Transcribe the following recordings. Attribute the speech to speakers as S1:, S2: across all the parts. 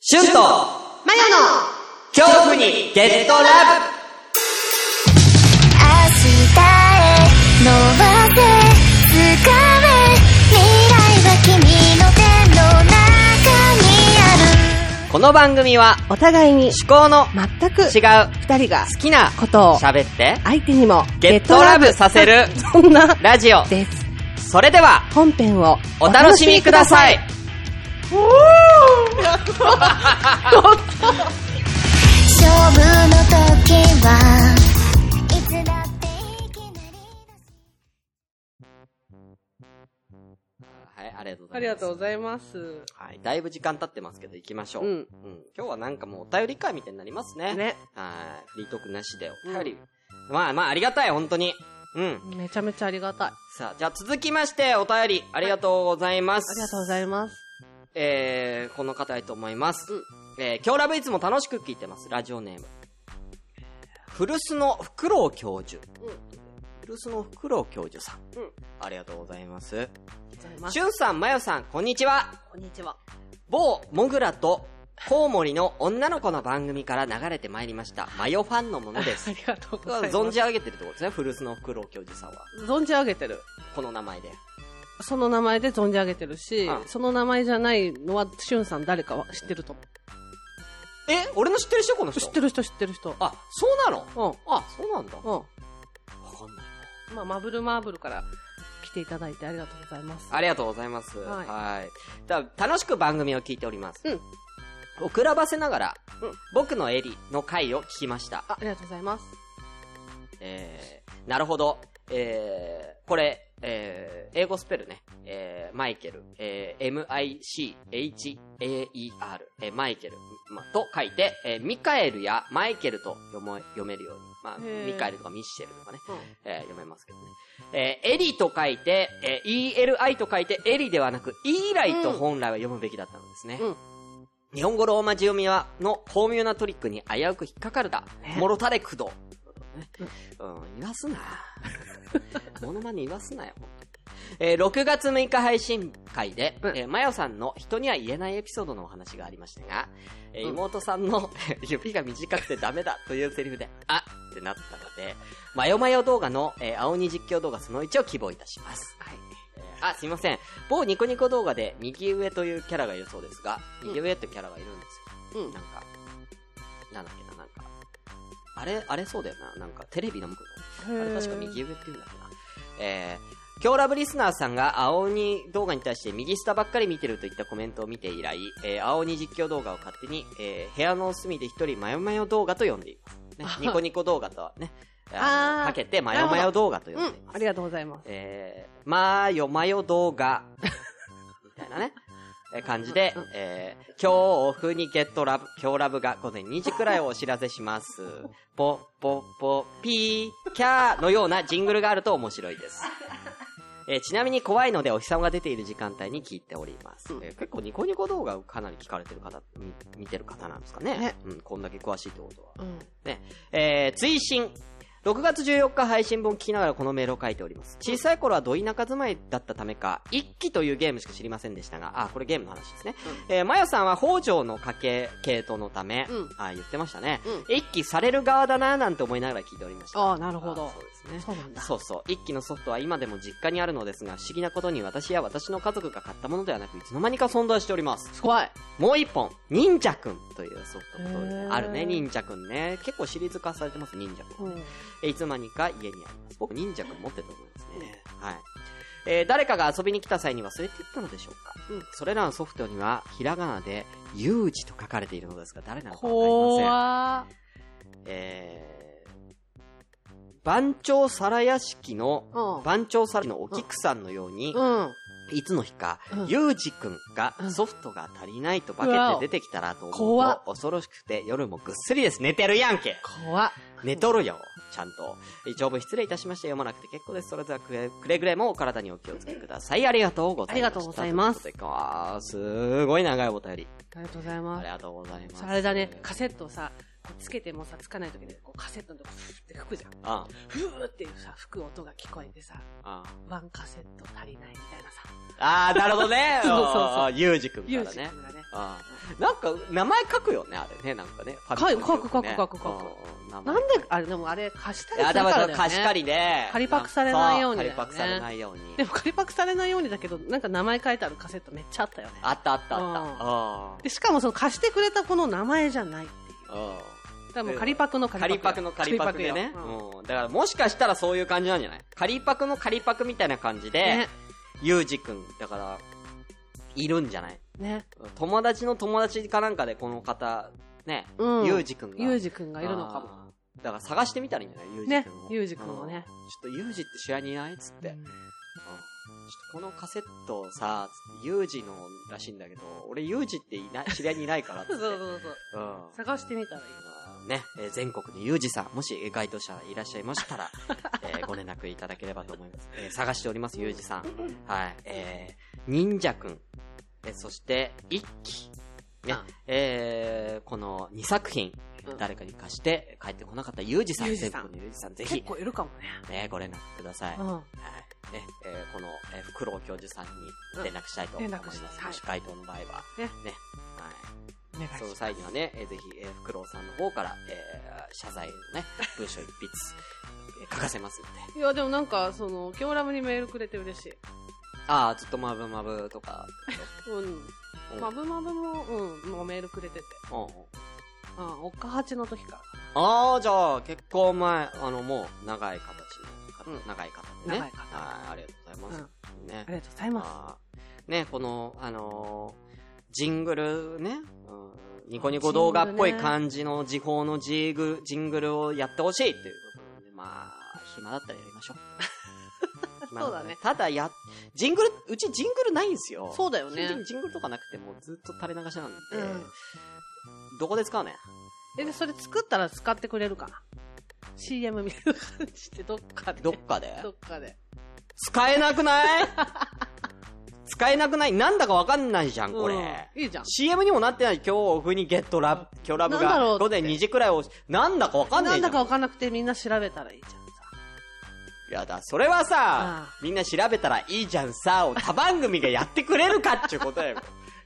S1: シュンと
S2: マヨの
S1: 恐怖にゲットラブ
S3: 明日へ伸ばせ掴め未来は君の手の中にある
S1: この番組は
S2: お互いに
S1: 思考の
S2: 全く
S1: 違う
S2: 二人が
S1: 好きな
S2: ことを
S1: 喋って
S2: 相手にも
S1: ゲットラブさせる
S2: そんな
S1: ラジオ
S2: です
S1: それでは
S2: 本編を
S1: お楽しみください
S3: 勝負の時はいつだっていきなりだし
S1: はいありがとうございます
S4: ありがとうございます。
S1: はいだいぶ時間経ってますけど行きましょう、
S4: う
S1: うん
S4: ん。
S1: 今日はなんかもうお便り会みたいになりますね
S4: ね。
S1: はいフリートークなしでお便り、まあまあありがたい本当にうん
S4: めちゃめちゃありがたい。あ
S1: さあじゃあ続きましてお便りありがとうございます、
S4: りがとうございます。
S1: えー、この方へと思います。えー、今日ラブいつも楽しく聞いてます。ラジオネーム。古巣のフクロウ教授。古巣のフクロウ教授さん。
S4: うん
S1: ありがとうございます。
S4: ありがとうございま
S1: し
S4: す。
S1: ゅんさん、まよさん、こんにちは。
S4: こんにちは。
S1: 某モグラとコウモリの女の子の番組から流れてまいりました。マヨファンのもので
S4: あ
S1: す
S4: り。がとうございます。
S1: 存じ上げてるってことですね。古巣のフクロウ教授さんは。
S4: 存じ上げてる。
S1: この名前で。
S4: その名前で存じ上げてるし、
S1: うん
S4: その名前じゃないのは、しゅんさん誰かは知ってると思
S1: え俺の知ってる人この
S4: う。
S1: 人
S4: 知ってる人知ってる人。
S1: あ、そうなの
S4: うん。
S1: あ、そうなんだ。わ
S4: うん。
S1: かんない。
S4: まあ、マブルマーブルから来ていただいてありがとうございます。
S1: ありがとうございます。は。
S4: はいい
S1: だ楽しく番組を聞いております。
S4: うん。
S1: おくらばせながら、
S4: うん
S1: 僕のエリの回を聞きました。
S4: あありがとうございます。
S1: えー、なるほど。えー、これ、えー、英語スペルね。えー、マイケル。えー、M-I-C-H-A-E-R。えー、マイケル。ま、と書いて、えー、ミカエルやマイケルと読も読めるように。まあ、
S4: へー
S1: ミカエルとかミッシェルとかね。
S4: うん
S1: えー読めますけどね。えーエリと書いて、えー ELI と書いて、エリではなく、イーライと本来は読むべきだったんですね。
S4: うん
S1: 日本語ローマ字読みは、の巧妙なトリックに危うく引っかかるだ。もろたれくど。うん、言わすな。 モノマネ言わすなよ。えー6月6日配信会で、
S4: うん
S1: えーマヨさんの人には言えないエピソードのお話がありましたが、えー
S4: うん
S1: 妹さんの 指が短くてダメだというセリフで、あってなったので、マヨマヨ動画の、えー青鬼実況動画その1を希望いたします。
S4: はい。
S1: えーあ、すいません。某ニコニコ動画で右上というキャラがいるそうですが、
S4: うん
S1: 右上ってキャラがいるんですよ。
S4: うん
S1: なんか、なんだっけな、なんか。あれ、あれそうだよな。なんかテレビの向こうの。あれ確か右上って言うんだっけな。えー、今日ラブリスナーさんが青鬼動画に対して右下ばっかり見てるといったコメントを見て以来、えー、青鬼実況動画を勝手に、えー、部屋の隅で一人マヨマヨ動画と呼んでいます。ね、ニコニコ動画とはね、あの
S4: あー
S1: かけてマヨマヨ動画と呼ん
S4: う
S1: でい
S4: ん
S1: ま。す。
S4: ありがとうございます。
S1: えー、まーよまよ動画。みたいなね。え感じで
S4: うんうん、
S1: えー、今日風にゲットラブ、今日ラブが午前2時くらいをお知らせします。ぽ、ぽ、ぽ、ピー、キャーのようなジングルがあると面白いです。えーちなみに怖いのでお日様が出ている時間帯に聞いております。えー結構ニコニコ動画をかなり聞かれてる方、み見てる方なんですかね。
S4: ね
S1: うん、こんだけ詳しいってことは。
S4: うん。
S1: えー、追伸。6月14日配信分を聞きながらこのメールを書いております。小さい頃はど田舎住まいだったためか、一期というゲームしか知りませんでしたが、あ、これゲームの話ですね。えー、まよさんは北条の家系系統のため、
S4: うん
S1: あ、言ってましたね。
S4: う
S1: 一期される側だなぁなんて思いながら聞いておりました。
S4: ああ、なるほど
S1: あそう。ですね。
S4: そうなんだ。
S1: そうそう。一機のソフトは今でも実家にあるのですが、不思議なことに私や私の家族が買ったものではなく、いつの間にか存在しております。
S4: すごい。
S1: もう一本、忍者くんというソフトもそうですね
S4: へー
S1: あるね、忍者くんね。結構シリーズ化されてます、忍者くん。えいつの間にか家にあります。僕、忍者くん持ってたと思いますね。はい。えー誰かが遊びに来た際に忘れていったのでしょうか、
S4: うん
S1: それらのソフトには、ひらがなで、ゆうじと書かれているのですが、誰なのかわかりま
S4: 怖
S1: せん。えー、番長皿屋敷の、
S4: ー。
S1: 番長皿屋敷のお菊さんのように、
S4: うん。うん。
S1: いつの日か
S4: うん、
S1: ゆうじくんが
S4: うん
S1: ソフトが足りないと化けて出てきたらと思
S4: 怖
S1: う
S4: っ
S1: と、恐ろしくて夜もぐっすりです。寝てるやんけ
S4: 怖っ。
S1: 寝とるよちゃんと。一応文失礼いたしました。読まなくて結構です。それではくれくれぐれもお体にお気をつけください。ありがとうございます。
S4: ありがとうございます
S1: ということでわーすごい長いお便り。
S4: ありがとうござい
S1: あ
S4: ま
S1: り
S4: す。
S1: がとうございます。
S4: それだね、カセットをさ、こうつけてもさ、つかないときに、こうカセットのとこふーって吹くじゃん。
S1: うん。うん。
S4: ふーっていうさ、吹く音が聞こえてさ、
S1: あ
S4: ワンカセット足りないみたいなさ、
S1: ー、なるほどね。
S4: そうそうそう
S1: あーゆうじくんか
S4: ユー
S1: ら
S4: ジ君
S1: ね。
S4: がね、
S1: あーなんか、名前書くよね、あれね、なんかね。ファミコンの曲ね
S4: 書く書く書く書く書く
S1: うん名前
S4: なんで、あれ、でもあれ、貸した
S1: い
S4: り
S1: や、
S4: す
S1: で
S4: る
S1: も
S4: からだよ、ね。
S1: 貸し借りで。
S4: 借りパクされないようにだよね
S1: そう借りパクされないように
S4: で。も、借りパクされないようにだけど、なんか名前書いてあるカセットめっちゃあったよね。
S1: あったあったあっ
S4: で、しかもその貸してくれた子の名前じゃない。
S1: た。うん。うん
S4: だからもう借りパクの借
S1: 仮
S4: り
S1: パ
S4: パ
S1: ク
S4: ク
S1: の仮パクでね。うん。だからもしかしたらそういう感じなんじゃない仮パクの仮パクみたいな感じで
S4: ね、。
S1: ゆうじくん、だから、いるんじゃない
S4: ね。
S1: 友達の友達かなんかでこの方、ね、
S4: うん
S1: ゆうじくんが。
S4: ゆうじくんがいるのかも。
S1: も。だから探してみたらいいんじゃないゆうじ
S4: ね
S1: くんを。。
S4: ゆうじくんもね
S1: う。ん。ちょっとゆうじって知らにいないつって。うんちょっとこのカセットさ、つってユージのらしいんだけど、俺ユージっていない、知り合いにいないからっつ っ
S4: そう
S1: て。
S4: そうそうそう。
S1: うん。
S4: 探してみたらいいな。
S1: ね、えー全国にユージさん、もしえー該当者いらっしゃいました ら、えーご連絡いただければと思います。えー探しております、ユージさん。はい。えー、忍者くん。えーそして、一期。ね
S4: あ、
S1: えーこの2作品、
S4: うん
S1: 誰かに貸して帰ってこなかったユージさん、
S4: ユージ
S1: 全
S4: さん
S1: 国のユージさん、ぜ
S4: 結
S1: ひ、
S4: 構いるかもね。
S1: ね、ご連絡ください。
S4: う
S1: は
S4: ん。
S1: い。ね、えーこの、えー、フクロウ教授さんに連絡したいと思います。
S4: うん連絡します
S1: もし該当の場合は。
S4: ね
S1: ね。はい。
S4: お願いし
S1: その
S4: ます。
S1: 際にはね、えーぜひ、えー、フクロウさんの方から、えー謝罪の ね、文章一筆、えー書かせますんで。
S4: いや、でもなんか、その、キョラムにメールくれて嬉しい。
S1: ああ、ずっとまぶまぶとか。
S4: うん。
S1: うん
S4: まぶまぶも、うん、もうメールくれてて。
S1: うんうん
S4: うん、おっかはちの時から。
S1: ああ、じゃあ、結構前、あの、もう、長い形の、
S4: うん
S1: 長い方でね。
S4: 長い方
S1: はい、ありがとうございます。ね
S4: あ。りがとうございま
S1: あーね、この、あのージングルね、うんニコニコ動画っぽい感じの時報のジーグジングルをやってほしいっていうことで、まあ、暇だったらやり ましょう。暇ったら
S4: そうだね
S1: ただや、ジングル、うちジングルないんですよ。
S4: す。そうだよ
S1: 基本的
S4: ね
S1: に。ジングルとかなくてもうずっと垂れ流しなんで、
S4: うん
S1: どこで使うね
S4: え、で、それ作ったら使ってくれるかな ?CM みたいな感じで、どっかで。
S1: どっかで
S4: どっかで。
S1: 使えなくない使えなくないなんだかわかんないじゃん、これ。
S4: うんいいじゃん。
S1: CM にもなってない今日オフにゲットラブ、今日ラブ
S4: なんだろう
S1: が
S4: って
S1: 午前2時くらいを、なんだかわかんな
S4: ないん
S1: じゃ
S4: だ
S1: ん。
S4: かわかんなくてみんな調べたらいいじゃんさ。
S1: いやだ、それはさ
S4: あ、
S1: みんな調べたらいいじゃんさを他番組がやってくれるかっていうこと だよ。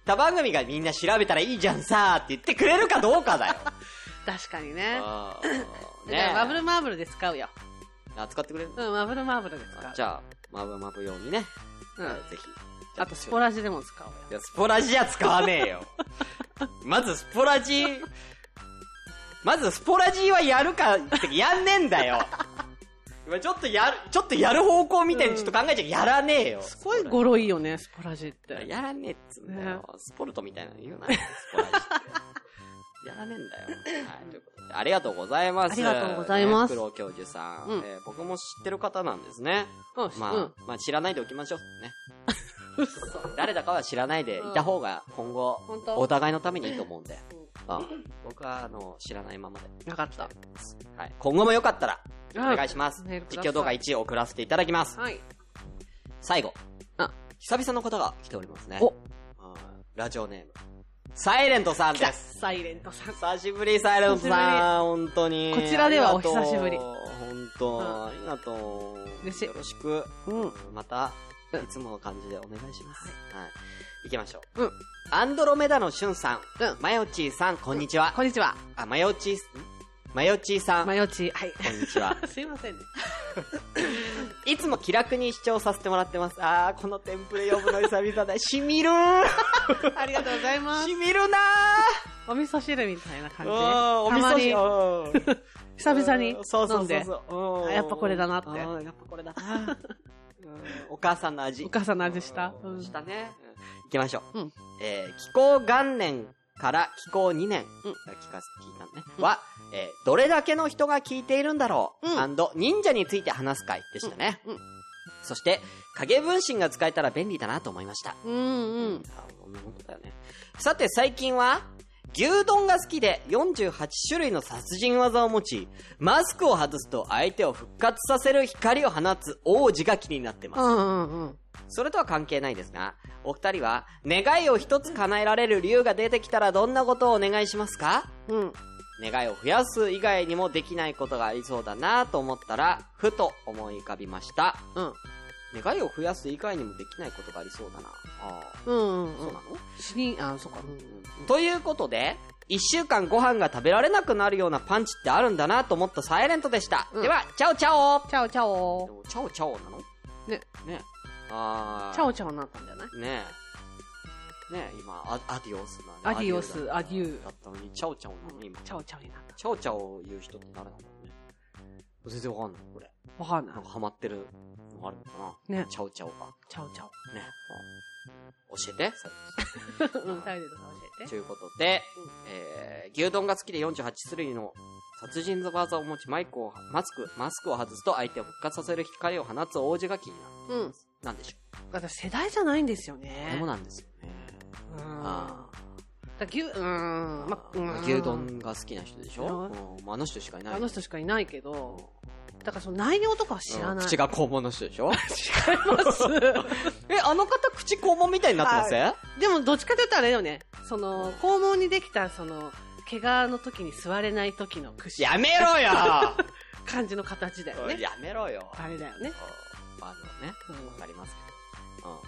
S1: 他番組がみんな調べたらいいじゃんさって言ってくれるかどうかだよ。
S4: 確かにね。
S1: あーね
S4: だからマブルマーブルで使うよ。
S1: あ使ってくれる
S4: うん、マブルマーブルで使う。
S1: じゃあ、マブマブ用にね。
S4: うん。
S1: ぜひ。
S4: あと、スポラジでも使おうよ。
S1: いや、スポラジは使わねえよ。 まずスポラジ、まずスポラジはやるか、ってやんねえんだよ。今ちょっとやる、ちょっとやる方向みたいにちょっと考えちゃう。やらねえよ。
S4: すごい語呂いいよね、スポラジって。
S1: やらねえっつうんだよ。
S4: ね
S1: スポルトみたいなの言うな。スポラジって。やらねえんだよ。はい。ということで、ありがとうございます。
S4: ありがとうございます
S1: ね黒教授さん、
S4: うん
S1: えー僕も知ってる方なんですね。
S4: うん、
S1: まあ、
S4: うん。
S1: まあ知らないでおきましょう。ね。
S4: 嘘
S1: 誰だかは知らないでいた方が今後
S4: 本、当
S1: お互いのためにいいと思うんで
S4: うん。
S1: あ僕は、あの、知らないままで。
S4: なかった。
S1: はい。今後もよかったら、お
S4: うん
S1: 願いします。
S4: メールくだ
S1: 実
S4: さい
S1: 況動画1送らせていただきます。
S4: はい。
S1: 最後。
S4: うん
S1: 久々の方が来ておりますね。
S4: お
S1: あーラジオネーム。サイレントさん
S4: 来た
S1: です。
S4: サイレントさん。
S1: 久しぶり、サイレントさん。本当に。
S4: こちらではお久しぶり
S1: ありがとう
S4: う
S1: 本
S4: ん
S1: 当、ありがとう。
S4: 嬉しい
S1: よろしく。
S4: うん。
S1: また、
S4: うん
S1: いつもの感じでお願いします。はい。行きましょう。
S4: うん
S1: アンドロメダのしゅんさん。
S4: うん
S1: マヨチーさん、こんにちは。
S4: こんにちは。
S1: あ、マヨチー、んマヨチーさん。こ
S4: マヨチー。はい。
S1: んにちは。
S4: すいませんね。
S1: いつも気楽に視聴させてもらってます。あー、このテンプレ呼ぶの久々 だ。しみるー
S4: ありがとうございます。
S1: しみるな
S4: お味噌汁みたいな
S1: ー
S4: 感
S1: う
S4: じ
S1: ん
S4: で。
S1: お味噌汁う
S4: たまに
S1: ん。
S4: 久々に
S1: うんそうそ
S4: 飲ん
S1: うそ
S4: で
S1: う。そう。うん
S4: あやっぱこれだなって
S1: うんやっぱこれだな。うんお母さんの味。
S4: お母さんの味した
S1: う
S4: うんん
S1: したね。行きましょう。
S4: うん
S1: えー、気候元年から気候2年、
S4: うん
S1: 聞かせ聞いたのね、
S4: うん
S1: は、えーどれだけの人が聞いているんだろう、
S4: うん
S1: and 忍者について話す会でしたね。
S4: うんうん
S1: そして、影分身が使えたら便利だなと思いました。
S4: うん
S1: う
S4: うん。。
S1: あ、本当だよね。さて最近は、牛丼が好きで48種類の殺人技を持ち、マスクを外すと相手を復活させる光を放つ王子が気になってます
S4: う。んうんうん。
S1: それとは関係ないですが、お二人は、願いを一つ叶えられる理由が出てきたらどんなことをお願いしますか
S4: うん。
S1: 願いを増やす以外にもできないことがありそうだなと思ったら、ふと思い浮かびました。
S4: うん。
S1: 願いを増やす以外にもできないことがありそうだな。あああ、
S4: うんうん
S1: そううんなの
S4: 死にあそっかうんうんうん
S1: ということで、一週間ご飯が食べられなくなるようなパンチってあるんだなと思ったサイレントでした。
S4: うん
S1: では、チャオチャオ
S4: チャオチャオ
S1: チャオチャオなの
S4: ね。
S1: ね。あー
S4: チャオチャオになったんじゃない
S1: ねえ。ねえ、今、アアディオスなの
S4: アディオス
S1: だった
S4: アデュー
S1: だったのに、チャオチャオなのに今。
S4: チャオチャオになった
S1: チャオチャオ言う人って誰なんだろうね。全然わかんない、これ。
S4: わかんない
S1: なんかハマってるのあるのかな。
S4: ね
S1: チャオチャオが。
S4: チャオチャオ
S1: ね。教えて、最後
S4: うんサイレントさん教え
S1: と
S4: て
S1: いうことで
S4: うん、
S1: えー、牛丼が好きで48種類の殺人技を持ちマイクを、マスク、マスクを外すと相手を復活させる光を放つ王子が気になる。
S4: うん
S1: なんでしょ
S4: 私世代じゃないんですよ
S1: う。で
S4: ね
S1: もなんですよね。
S4: うん
S1: あ
S4: だ牛うん
S1: ー
S4: まうん
S1: 牛丼が好きな人でしょうんまああの人しかいない。
S4: あの人しかいないけどだからその内容とかは知ら
S1: うん
S4: ない
S1: 口が肛門の人 でしょ
S4: ます
S1: え、あの方口肛門みたいになってません、
S4: でもどっちかというとあれよねその肛門にできたその怪我の時に座れない時の 屈
S1: やめろよ
S4: 感じの形だよ ね
S1: やめろよ。
S4: あれだよね、
S1: あのね、わかりますけど。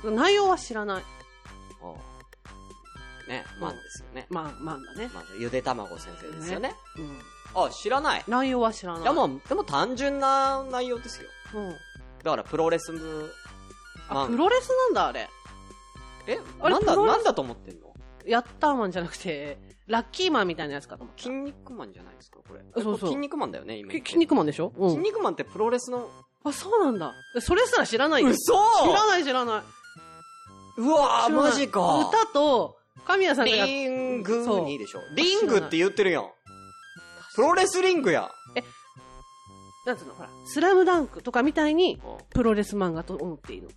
S4: うん内容は知らない
S1: うん。うんね、まあですよね。
S4: まあまあだね、
S1: まあ、ゆで卵先生ですよね。
S4: うん、
S1: あ、知らない。
S4: 内容は知らない
S1: いや、まあ、でも単純な内容ですよ。
S4: うん、
S1: だから、プロレス部、
S4: あ
S1: 漫
S4: プ
S1: 画。
S4: ロレスなんだあれ
S1: え、
S4: あれ
S1: なんだ、
S4: プロレス
S1: なんだと思ってんの
S4: ヤッターマンじゃなくてラッキーマンみたいなやつかと思った
S1: 筋肉マンじゃないですか、これ。
S4: そうそう
S1: これ筋肉マンだよね、今言っ
S4: き
S1: て。
S4: 筋肉マンでしょ、う
S1: 筋
S4: ん、
S1: 肉マンってプロレスの、
S4: あそうなんだそれすら知らないよ
S1: 嘘
S4: 知らない知らないう
S1: わ
S4: 知
S1: ー、
S4: らな
S1: マ
S4: い
S1: ジか。
S4: 歌と神谷さんがやっ
S1: リング
S4: そう
S1: にでしょ。リングって言ってるやん。プロレスリングや。
S4: なんつうのほらスラムダンクとかみたいにプロレス漫画と思っていいの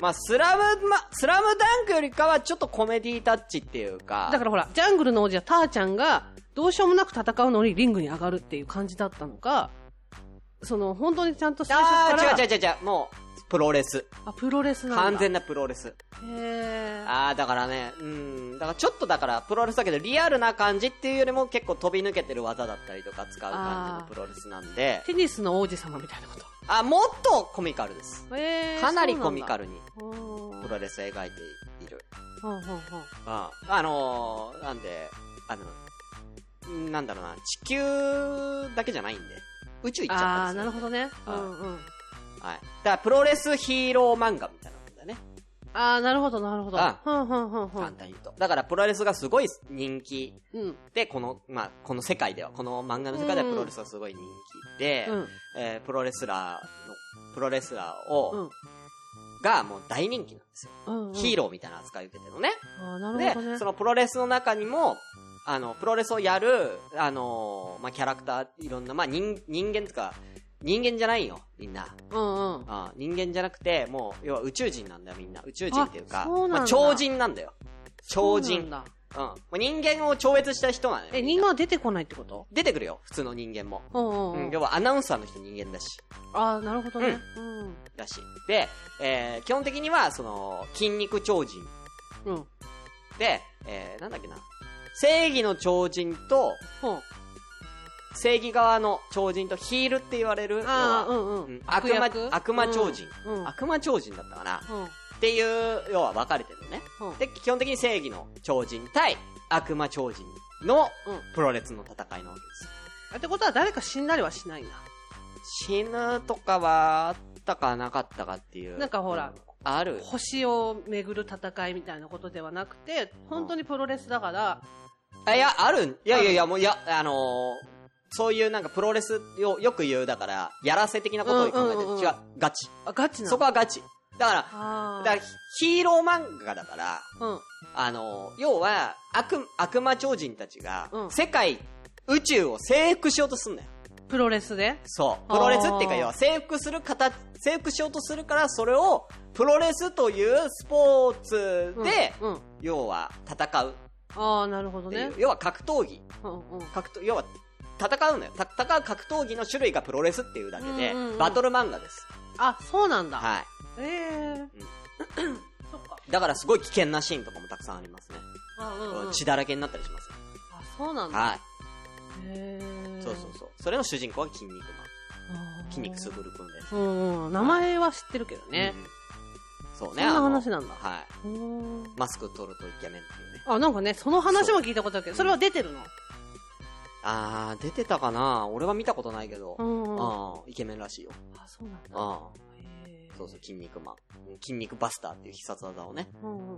S1: まあ、スラム、ま、スラムダンクよりかはちょっとコメディタッチっていうか。
S4: だからほらジャングルの王子はターちゃんがどうしようもなく戦うのにリングに上がるっていう感じだったのかその本当にちゃんと最初
S1: あ
S4: から
S1: ー、違う違う違う違う。もう、プロレス。
S4: あプロレスなんだ
S1: 完全なプロレス。
S4: へー
S1: ああ、だからね、うん、だからちょっとだから、プロレスだけど、リアルな感じっていうよりも結構飛び抜けてる技だったりとか使う感じのプロレスなんで、
S4: テニスの王子様みたいなこと
S1: あ、もっとコミカルです。
S4: へ ー
S1: かなりコミカルに
S4: そうなん
S1: プ
S4: だ
S1: ロレス描いている。
S4: ほうほうほうほう
S1: ああのー、なんで、あの、んなんだろうな、地球だけじゃないんで、宇宙行っちゃ
S4: あ
S1: った
S4: あ
S1: ん
S4: な
S1: です
S4: る
S1: よ。
S4: ほどねう
S1: はい
S4: んう
S1: は
S4: ん
S1: い。だから、プロレスヒーロー漫画みたいなもんだね。
S4: ああなるほどなるほど
S1: あ
S4: ふんふんふんふ
S1: 簡
S4: ん
S1: 単に言うと。だから、プロレスがすごい人気
S4: うん
S1: で、この、まあ、この世界では、この漫画の世界ではプロレスがすごい人気で、
S4: うん
S1: えープロレスラーの、プロレスラーを、
S4: うん
S1: がもう大人気なんですよ。
S4: うんうん
S1: ヒーローみたいな扱いを受けてるのね。
S4: ああなる
S1: で
S4: ほどね、
S1: そのプロレスの中にも、あの、プロレスをやる、あのーまあ、キャラクター、いろんな、まあ、人、人間とか、人間じゃないよ、みんな。
S4: うんうん
S1: あ人間じゃなくて、もう、要は宇宙人なんだよ、みんな。宇宙人っていう
S4: あ
S1: か、
S4: そうなんだ
S1: まあ、超人なんだよ。超人。。
S4: そううんなんだ
S1: もう人間を超越した人なのよ。
S4: え
S1: みん
S4: 人
S1: な
S4: 間は出てこないってこと
S1: 出てくるよ、普通の人間も。
S4: うんうん
S1: う
S4: うん
S1: ん、要はアナウンサーの人人間だし、
S4: ああ、なるほどね。うん。
S1: だし。で、えー基本的には、その、筋肉超人
S4: うん。
S1: で、えーなんだっけな、正義の超人と、
S4: ほう。
S1: 正義側の超人とヒールって言われるの
S4: ああ、う
S1: は、
S4: んう
S1: うんん。悪魔
S4: 役、
S1: 悪魔超人、
S4: うん。うん。
S1: 悪魔超人だったかな、っ
S4: うん
S1: ていう、要は分かれてるのね。
S4: うん
S1: で、基本的に正義の超人対悪魔超人の
S4: うん
S1: プロレスの戦いなわけですよ。
S4: ってことは誰か死んだりはしないんだ。
S1: 死ぬとかはあったかなかったかっていう。
S4: なんかほら
S1: うん、ある。
S4: 星を巡る戦いみたいなことではなくて、本当にプロレスだから、
S1: あ、いや、あるん、いやいやいや、もう、いや、あのーそういうなんかプロレスよ、よく言う、だから、やらせ的なことを考えてる。
S4: うんうんうんうん
S1: 違う、ガチ。
S4: あ、ガチなの
S1: そこはガチ。だから、
S4: あ
S1: だ
S4: あ。
S1: からヒーロー漫画だから、
S4: うん。
S1: あのー要は、悪、悪魔超人たちが、
S4: うん
S1: 世界、宇宙を征服しようとすんだよ。
S4: プロレスで
S1: そう。プロレスっていうか、
S4: あー
S1: 要は征服する形、征服しようとするから、それを、プロレスというスポーツで、
S4: うんうん。
S1: 要は、戦う
S4: ああ、なるほど
S1: ってい
S4: ね
S1: う。。要は格闘技。
S4: うんうん。
S1: 格闘、要は、戦うんだよ。た戦う格闘技の種類がプロレスっていうだけで、
S4: うんうんうん
S1: バトル漫画です。
S4: あ、そうなんだ。
S1: は
S4: ええ。 そっか。
S1: い。だからすごい危険なシーンとかもたくさんありますね。
S4: あうんうん。
S1: 血だらけになったりします。
S4: あ、そうなんだ。
S1: はい。
S4: へえ。
S1: そうそうそう。それの主人公は筋肉マン。
S4: あー
S1: 筋肉すぐるくんです。
S4: うんうん。名前は知ってるけどね
S1: う。んそうね。
S4: そんな
S1: あの
S4: 話なんだ
S1: はい。
S4: うん
S1: マスク取るとイケメンっていうね。
S4: あ、なんかね、その話も聞いたことあるけど、それは出てるの。
S1: あー、出てたかな俺は見たことないけど。
S4: んあ、
S1: うん、イケメンらしいよ。
S4: そうなんだ。
S1: う
S4: へー
S1: ん。そうそう、筋肉マン。うん筋肉バスターっていう必殺技をね。
S4: うんうん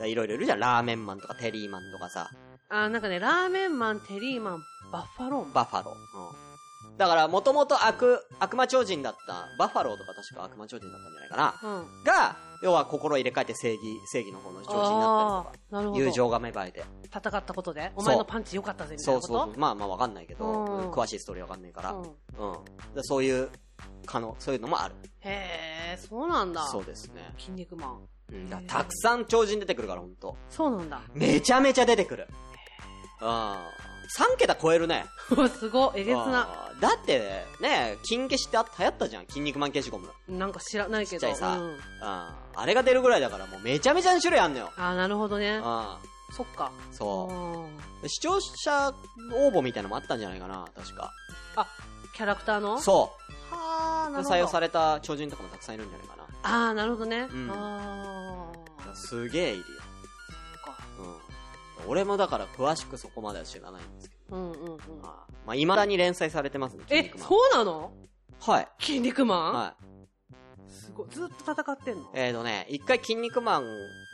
S1: うん。いろいろいるじゃん。ラーメンマンとかテリーマンとかさ、
S4: あ、なんかね、ラーメンマン、テリーマン、バッファローマン。
S1: バッファロー。うん。だから、もともと悪、悪魔超人だった、バッファローとか確か悪魔超人だったんじゃないかな。
S4: うん。
S1: が、要は心入れ替えて正義、正義の方の超人になった
S4: ああ、なる
S1: りと
S4: ほ
S1: か、
S4: ど。
S1: 友情が芽生えて。
S4: 戦ったことで、お前のパンチ良かったぜ、みたい
S1: そ
S4: な
S1: う
S4: こと
S1: そうそう。まあまあわかんないけど、
S4: うん
S1: うん詳しいストーリーわかんないから。
S4: う
S1: う
S4: ん
S1: ん。でそういう、可能、そういうのもある。
S4: へえ、そうなんだ。
S1: そうですね。
S4: 筋肉マン。
S1: うん。だからたくさん超人出てくるから、ほんと。
S4: そうなんだ。
S1: めちゃめちゃ出てくる。うん。3桁超えるね。
S4: うわすごい、えげつな。
S1: うんだって、ね、金消しってあ流行ったじゃん。筋肉マン消しゴム。うん。
S4: なんか知らないけど。
S1: ちっちゃいさ
S4: うん
S1: あれが出るぐらいだから、もうめちゃめちゃな種類あんのよ。
S4: ああ、なるほど
S1: う
S4: ね。
S1: ん。
S4: そっか。
S1: そ
S4: うん
S1: う。視聴者応募みたいなのもあったんじゃないかな、確か。
S4: あ、キャラクターの
S1: そ
S4: はあ、
S1: う。
S4: なるほど。
S1: 採用された超人とかもたくさんいるんじゃないかな。
S4: ああ、なるほどね。
S1: うん
S4: ああ、
S1: すげえいるよ。
S4: そっか。
S1: うん。俺もだから詳しくそこまでは知らないんですけ
S4: うんうんうん。
S1: ど。まあ、まあ、未だに連載されてますね、筋
S4: え、
S1: 肉マン。
S4: そうなの
S1: はい。
S4: 筋肉マン、
S1: はい。
S4: すごい。ずっと戦ってんの
S1: えーとね、一回筋肉マン、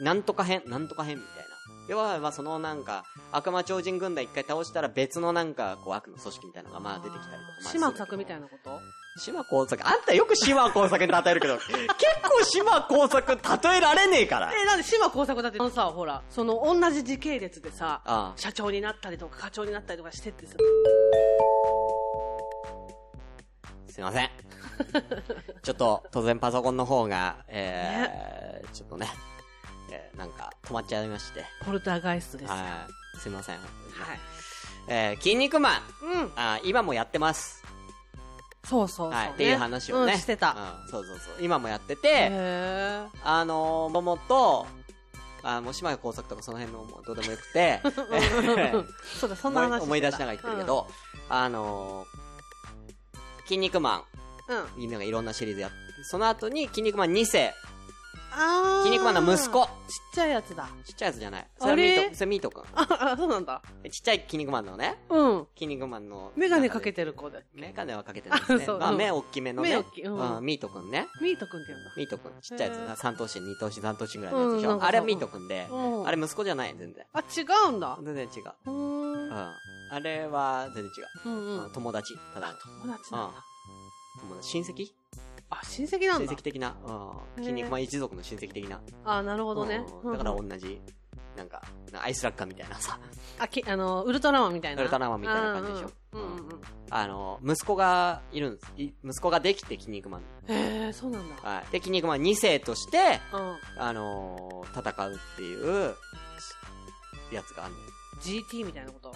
S1: なんとか編、なんとか編みたいな。要は、まあ、そのなんか、悪魔超人軍団一回倒したら別のなんか、こう、悪の組織みたいなのがまあ出てきたりとか。
S4: 島作みたい
S1: な。
S4: なこと
S1: 島工作。あんたよく島工作に例えるけど、結構島工作例えられねえから。
S4: え、なんで島工作だって、あのさ、ほら、その、同じ時系列でさ、
S1: あ
S4: 社長になったりとか、課長になったりとかしてってさ、
S1: あ、すいません。ちょっと、突然パソコンの方が、えー、ちょっとね、えー、なんか、止まっちゃいまして。
S4: ポルターガイストです。はい。
S1: はい。すいません。本当にねえー、筋肉マン。
S4: うん。
S1: あー今もやってます。
S4: そうそうそう、ね。
S1: はい、っていう話をね。
S4: うん、してた。。
S1: うん、そうそうそう。今もやって
S4: へ
S1: て、
S4: え。
S1: あのー、桃と、あーもう島工作とかその辺のもうどうでもよく て、
S4: そうだ、そんな話してた
S1: 思い出しながら言ってるけ。ど、あのー、筋肉マ
S4: うん。うん、あ
S1: ン、なんかいろんなシリーズやって、その後に筋肉マン2世、
S4: あ。
S1: 筋肉マンの息子。。
S4: ちっちゃいやつだ。
S1: ちっちゃいやつじゃない。それはミ
S4: あ
S1: ー
S4: れ
S1: ト、それミートくん。
S4: あ、あ、そうなんだ。
S1: ちっちゃい筋肉マンのね、
S4: うん。
S1: 筋肉マンの。
S4: メガネかけ
S1: て。
S4: てる子で。
S1: メガネはかけてないですね。
S4: あそう
S1: まあ
S4: うん
S1: 目大きめのね。
S4: 目大きいうん
S1: ミートくんね。
S4: ミートくんって言うんだ。
S1: ミートくん。ちっちゃいやつ
S4: へー
S1: な。三頭身、二頭身、三頭身ぐらいのやつでし
S4: うんなん
S1: ょ。
S4: かそう
S1: あれはミートくんで。
S4: うん
S1: あれ息子じゃない、全然。
S4: あ、違うんだ。
S1: 全然違う。
S4: うー
S1: う
S4: ん。
S1: ん。
S4: うん
S1: あれは、全然違
S4: うん。
S1: う。うん友達。ただ、
S4: 友達なんだ。
S1: 友達親戚
S4: あ、親戚な
S1: 親
S4: んだ
S1: 戚。的な。うん。
S4: へー
S1: 筋肉マン一族の親戚的な。
S4: あ、なるほどね
S1: う。んだから
S4: うんうん
S1: 同じ、なんか、アイスラッカーみたいなさ。
S4: あ、き、あの、ウルトラマンみたいな。
S1: ウルトラマンみたいな感じでしょ
S4: うんうんうんうんうん。
S1: あの、息子がいるんです。い息子ができて筋肉マン。
S4: へえ、そうなんだ。
S1: はい。で、筋肉マン2世として、
S4: うん。
S1: あのー戦うっていう、やつがあるのよ。
S4: GT みたいなこと。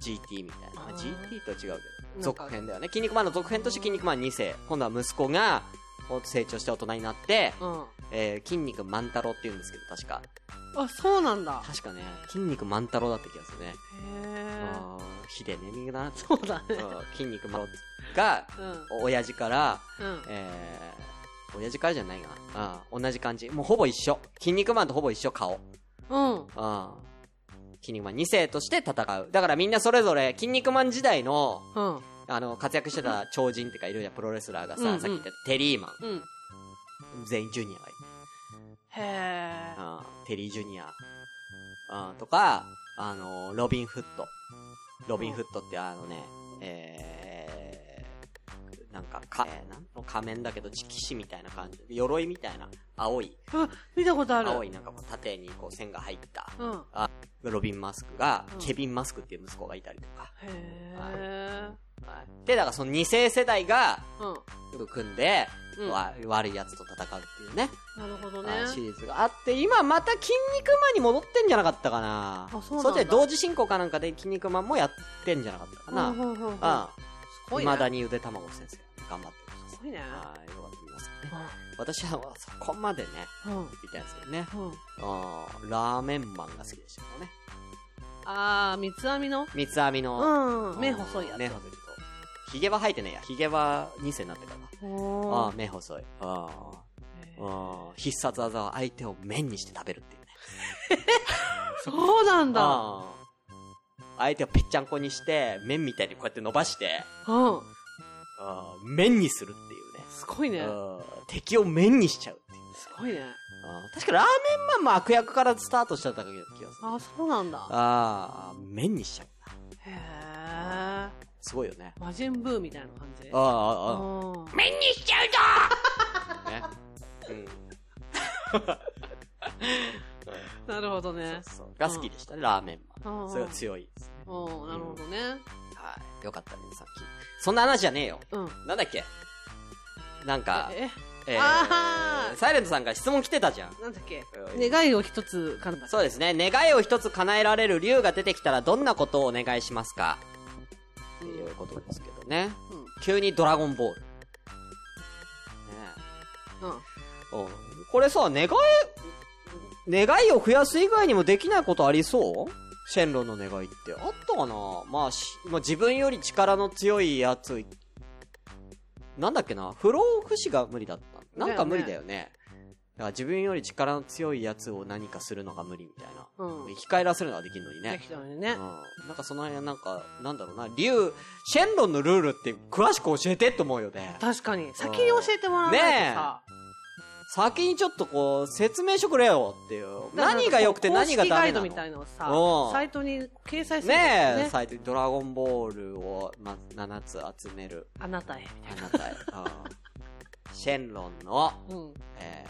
S1: GT みたいな。まあ
S4: あー
S1: GT とは違うけ
S4: なんか
S1: ど、続編だよね。筋肉マンの続編として筋肉マン2世。今度は息子が、こう成長して大人になって、
S4: うん。
S1: えー、筋肉万太郎って言うんですけど、確か。
S4: あ、そうなんだ。
S1: 確かね、筋肉万太郎だった気がするね。
S4: へえ。
S1: あー、ひでえネーミングだなって。
S4: そうだね。
S1: うん筋肉万太郎が、
S4: うん。うん。
S1: お親父から、えー、親父からじゃないかな。うん、同じ感じ。もうほぼ一緒。筋肉マンとほぼ一緒、顔。
S4: うん。
S1: うん。筋肉マン2世として戦う。だからみんなそれぞれ、筋肉マン時代の、
S4: うん。
S1: あの、活躍してた超人っていうかいるじゃん、プロレスラーがさ、
S4: うんうん
S1: さっき言ったテリーマ
S4: うん。
S1: ン。全員ジュニアがい
S4: へえ。
S1: る。うん。テリージュニア。うん、とか、あの、ロビンフット。ロビンフットってあのね、えー、なんか、か、えーなんの仮面だけど、騎士みたいな感じ。鎧みたいな。青い。
S4: あ、見たことある。
S1: 青い、なんかこう縦にこう線が入った。
S4: うん。へ
S1: ロビン・マスクが、
S4: うん
S1: ケビン・マスクっていう息子がいたりとか。
S4: え。
S1: はい、で、だからその二世世代が、
S4: うん。
S1: 組んで、
S4: うん
S1: わ悪い奴と戦うっていうね、
S4: なるほど
S1: は
S4: ね。
S1: いシリーズがあって、今また筋肉マンに戻ってんじゃなかったかな。
S4: あそうなんだ
S1: れで同時進行かなんかで筋肉マンもやってんじゃなかったかな。う
S4: う
S1: ん。
S4: んうんうんうん。
S1: あ
S4: す
S1: あ
S4: ごいね。
S1: 未だにゆで卵先生がね、頑張ってます。
S4: すごいね。
S1: はい、よかった皆さんね。私はそこまでね、
S4: うん。うん。
S1: 見たんですけどね。
S4: うん。
S1: うん、ラーメンマンが好きでしたけどね。
S4: あー、三つ編みの
S1: 三つ編みの、
S4: うん。目細いやつ。
S1: 目細いけど。ヒゲは生えてねえや。ヒゲは2世になってから。
S4: お
S1: ああ、
S4: ー。
S1: 目細い。ああ。
S4: へ
S1: うん必殺技は相手を麺にして食べるっていうね。
S4: そうなんだ。
S1: うん相手をぺっちゃんこにして、麺みたいにこうやって伸ばして、
S4: うん。
S1: うん麺にするっていうね。
S4: すごいね。
S1: うん敵を麺にしちゃうっていう。
S4: すごいね。
S1: うん確かラーメンマンも悪役からスタートしちゃった気がする。
S4: あ、そうなんだ。
S1: ああ、麺にしちゃうな。
S4: へえ。
S1: すごいよね。
S4: 魔人ブーみたいな感じ。
S1: ああ、ああ、
S4: うん
S1: ね。うん。
S4: なるほどね。
S1: そうが好きでしたね、ラーメンマン。
S4: うんうん
S1: それが強いですね。
S4: うん、なるほどね。
S1: はい。よかったね、さっき。そんな話じゃねえよ。
S4: うん。
S1: なんだっけなんか、
S4: え、
S1: え
S4: あー
S1: ー、サイレントさんから質問来てたじゃん。
S4: なんだっけ
S1: うん
S4: 願いを一つからだ。
S1: そうですね。願いを一つ叶えられる竜が出てきたらどんなことをお願いしますかっていうことですけどね。
S4: うん。うん。
S1: 急にドラゴンボール。ね
S4: うん
S1: えうんこれさ、願い、願いを増やす以外にもできないことありそうシェンロンの願いって。あったかなまあ、し、まあ、自分より力の強いやつ、なんだっけな不老不死が無理だった。なんか無理だよね。だから自分より力の強いやつを何かするのが無理みたいな。
S4: うん
S1: 生き返らせるのができるのにね。
S4: できたのにね。
S1: うんなんかその辺はなんか、なんだろうな、竜、シェンロンのルールって詳しく教えてって思うよね。
S4: 確かに。先に教えてもらわないとさ。
S1: 先にちょっとこう、説明してくれよっていう。
S4: だから
S1: 何が良くて何がダメな
S4: 公式ガイドみたい
S1: の
S4: のを
S1: う
S4: さ
S1: ん、
S4: サイトに掲載するんだよ
S1: ねえ、最近ドラゴンボールを、ま、7つ集める。
S4: あなたへ。
S1: あなたへ うんシェンロンの、
S4: うん。
S1: え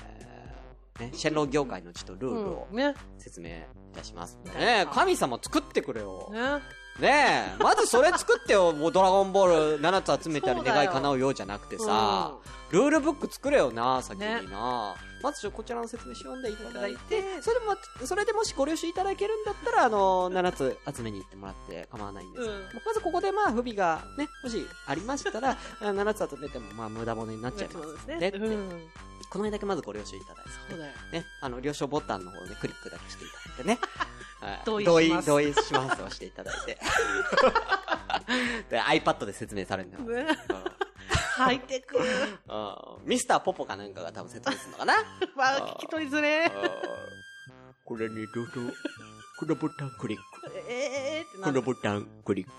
S1: ー、ね、シェンロン業界のちょっとルールを
S4: うんね。
S1: 説明いたします。ねえ、神様作ってくれよ。
S4: ね。
S1: ねえ、まずそれ作ってよ、もうドラゴンボール7つ集めたら
S4: そうだよ
S1: 願い叶うようじゃなくてさ、ルールブック作れよな、先
S4: ね
S1: にな。まずちょっとこちらの説明書読んでいただい
S4: いただい
S1: て、
S4: て
S1: それでも、それでもしご了承いただけるんだったら、あの、7つ集めに行ってもらって構わないんですけど、
S4: うん
S1: まずここでまあ、不備がね、もしありましたら、 あの7つ集めてもまあ、無駄骨になっちゃいま
S4: そうですす
S1: ね。
S4: ね。
S1: で
S4: うん。
S1: この辺だけまずご了承いただいて。
S4: そうだよ。
S1: ね、あの、了承ボタンの方をね、クリックだけしていただいて ね。はい
S4: 同意します
S1: 同意、同意しますを押していただいて。 で、iPad で説明され るんだよ。
S4: ねハイテク。
S1: うんうんミスターポポかなんかが多分説明するのかな。
S4: わあ、聞き取りづれー。
S1: これにどうぞ、このボタンクリック。
S4: えええってなっ
S1: ボタンクリック。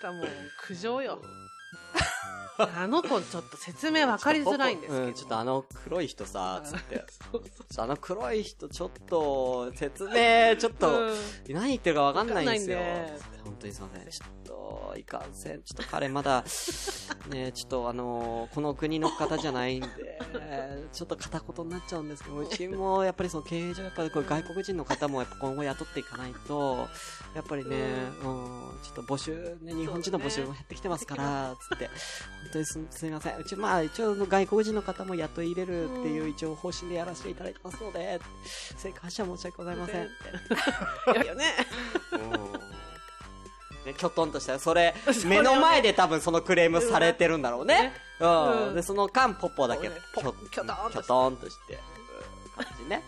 S4: たもう、苦情よ。 あの子ちょっと説明わかりづらいんですけ
S1: う
S4: ど。
S1: ちょっとあの黒い人さ、つ って。あの黒い人、ちょっと、説明、ちょっと、何言ってるか分かんないんですよ
S4: わかんないんで。
S1: 本当にすいません。ちょっと、いかんせん。ちょっと彼ま だ、ね、ちょっとあのこの国の方じゃないんで、ちょっと片言になっちゃうんですけど、うちもやっぱりその経営上、やっぱりこう外国人の方もやっぱ今後雇っていかないと、やっぱりね、うん、ちょっと募集、ね、日本人の募集も減ってきてますから、つって、本当にすすみません。うち、まあ、一応外国人の方も雇い入れるっていう一応方針でやらせていただいてますので、正感謝申し訳ございません。って
S4: うん。いやいやね。
S1: ね、きょとんとしたら、それ、 目の前で多分そのクレームされてるんだろうね。うん。
S4: うん
S1: で、その間、ポッポだけ、
S4: そうね
S1: きょ
S4: きょとんとして
S1: きょとんとして、うん感じね。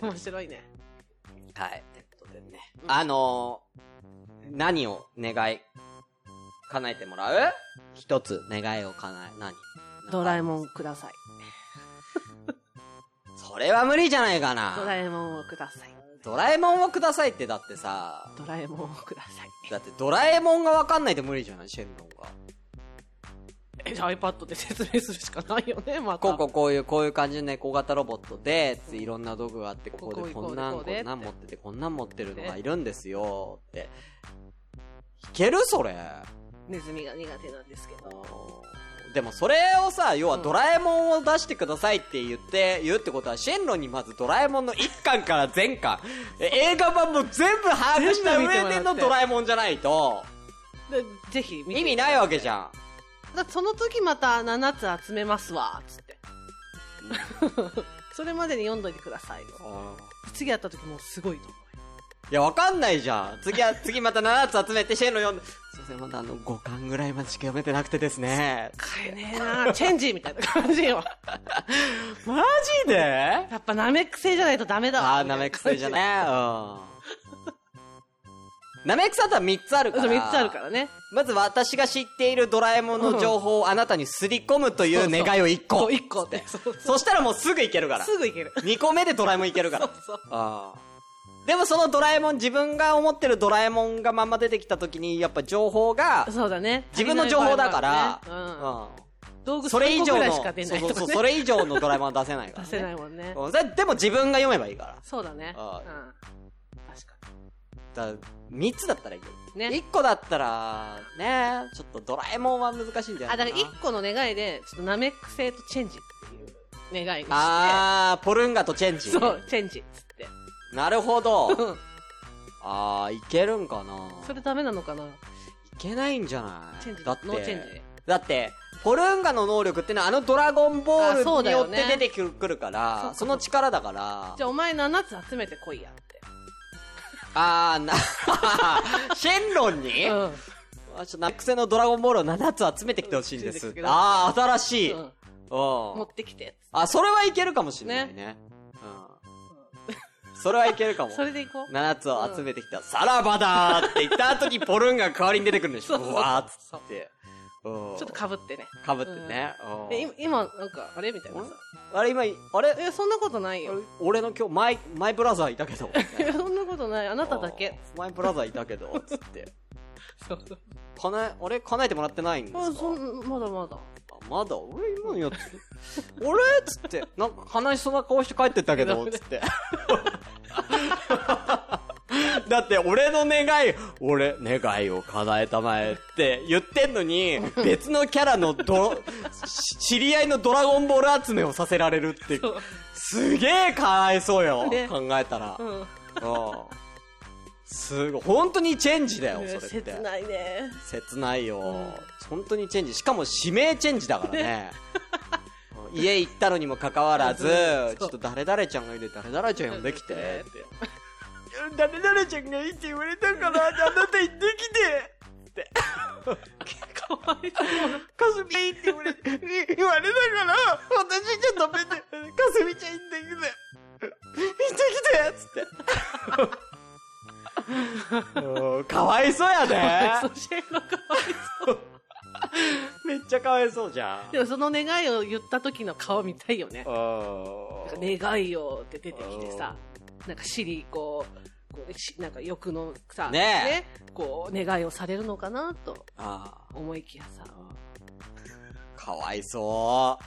S4: 面白いね。
S1: うんはい。ということでね。あのー何を願い、叶えてもらう一つ、願いを叶え、何
S4: ドラえ
S1: ん。
S4: もんください。
S1: それは無理じゃないか
S4: ドラ
S1: な。
S4: えもんをください。
S1: ドラえもんをくださいってだってさ、
S4: ドラえもんをください。
S1: だってドラえもんがわかんないと無理じゃないシェンロンが。
S4: え、じゃあ iPad で説明するしかないよね、また。
S1: こうこうこういう、こういう感じのね、小型ロボットで、ついろんな道具があって、こ
S4: こう
S1: こでこんなん、
S4: こ
S1: こ
S4: うでこうで
S1: んなん持ってて、こんなん持ってるのがいるんですよ、って。いけるそれ。
S4: ネズミが苦手なんですけど。
S1: でもそれをさ、要はドラえもんを出してくださいって言って、言うってことは、シェンロンにまずドラえもんの1巻から全 巻、え映画版も全部把握した
S4: 全部見て
S1: 上
S4: もらっ
S1: で
S4: て
S1: のドラえもんじゃないと、
S4: でぜひ見て
S1: 意味ないわけじゃん。
S4: だってその時また7つ集めますわ、つって。それまでに読んどいてくださいよ。次やった時もうすごいと思うよ。
S1: いや、わかんないじゃん。次は、次また7つ集めて、シェンロン読んで。すいません、まだあの、5巻ぐらいまでしか読めてなくてですね。
S4: 買えねえなチェンジみたいな感じよ。
S1: マジで
S4: やっぱナメック星じゃないとダメだわ。
S1: あー、なめくせじゃ
S4: い。
S1: ね。なめくさとは3つあるか
S4: そう
S1: ら。
S4: 3つあるからね。
S1: まず私が知っているドラえもんの情報をあなたにすり込むという願いを1個。
S4: そう1個って。そうそう
S1: そしたらもうすぐいけるから。
S4: すぐいける。
S1: 2個目でドラえもんいけるから。
S4: そう
S1: ああ。でもそのドラえもん、自分が思ってるドラえもんがまんま出てきた時に、やっぱ情報が
S4: そう。、そうだね。
S1: 自分の情報だから、
S4: 足りない場合
S1: う
S4: もあるね
S1: ん
S4: うん。道具
S1: それ以
S4: 3個
S1: 上
S4: ぐら
S1: の、
S4: い
S1: そ
S4: しか
S1: う
S4: 出ない
S1: そう
S4: とか
S1: そう、
S4: ね
S1: それ以上のドラえもんは出せないから、
S4: 出
S1: ね。
S4: せないもんね。
S1: うんそれでも自分が読めばいいから。
S4: そうだね。うん。
S1: あ
S4: 確か
S1: だ3つだったらいいよ。
S4: に。ね。
S1: 1個だったら、ね、ちょっとドラえもんは難しいんじゃな
S4: あ、
S1: いか
S4: だ
S1: な。
S4: から1個の願いで、ちょっとナメック星とチェンジっていう願いにし
S1: あー、ポルンガとチェン
S4: て、
S1: ジ。
S4: そう、チェンジっつって。
S1: なるほど。
S4: うん
S1: あー、いけるんかな
S4: それダメなのかない
S1: けないんじゃない
S4: チェンジ
S1: だって、
S4: ノーチェンジ
S1: だって、ポルンガの能力ってのはあのドラゴンボ
S4: あそ
S1: ー
S4: う
S1: ルに
S4: だ
S1: よ
S4: よ
S1: っ
S4: ね
S1: て出てくるから、
S4: そ
S1: そう
S4: か
S1: の力だから
S4: じ、ゃあお前7つ集めてこいやっ
S1: あー、な、 シェンロンに、
S4: て。うん。
S1: あちょっとナックセのドラゴンボールを7つ集めてきてほしいんで
S4: うんいいんですすけ。ど
S1: あー、新しい。う
S4: うんん。持ってきて。
S1: あ、それはいけるかもしれないね。うん。それはいけるかも。
S4: それでいこう。
S1: 7つを集めてきた、さらばだーって言った後にポルンが代わりに出てくるんでしょ。
S4: そうそう
S1: うわーっつって。ちょ
S4: ちょっとかぶってね。
S1: かぶってね。うん
S4: で、今、今なんか、あれみたいなさ。
S1: あれ今、あれ
S4: え、そんなことないよ。
S1: 俺の今日、マイ、マイブラザーいたけど。
S4: いやそんなこと ない。あなただけ。
S1: うんマイブラザーいたけど、つって。
S4: そうそう。
S1: 叶え、あれ叶えてもらってないんです
S4: あ、
S1: か
S4: そん、まだまだ。
S1: あまだ俺今のやつ、 俺つって、なんか話しそうな顔して帰ってったけど、つって。 だって俺の願い、俺、願いを叶えたまえって言ってんのに、別のキャラのど、し知り合いのドラゴンボール集めをさせられるって
S4: そう、
S1: すげえかわいそうよ、
S4: ね
S1: 考えたら。
S4: うん。
S1: うんすごい、本当にチェンジだよ、それって。
S4: 切ないね。
S1: 切ないよ、本当にチェンジしかも指名チェンジだからね 家行ったのにもかかわらず
S4: そう
S1: ちょっと誰々ちゃんがいて誰々ちゃん呼んできてって 誰々ちゃんがいいって言われたからあなた行ってきて
S4: かわいそう。
S1: かすみいいって言われ言われたから私じゃダメでかすみちゃん行ってきて行ってきてつって うんかわいそうやで
S4: そう、シェイロかわいそう。
S1: めっちゃかわいそうじゃん
S4: でもその願いを言った時の顔見たいよね。
S1: あー
S4: 願いよって出てきてさ、なんかシリこう、こうしなんか欲のさ、
S1: ねえ
S4: こう、願いをされるのかなと
S1: あ
S4: 思いきやさ、
S1: ーかわいそう。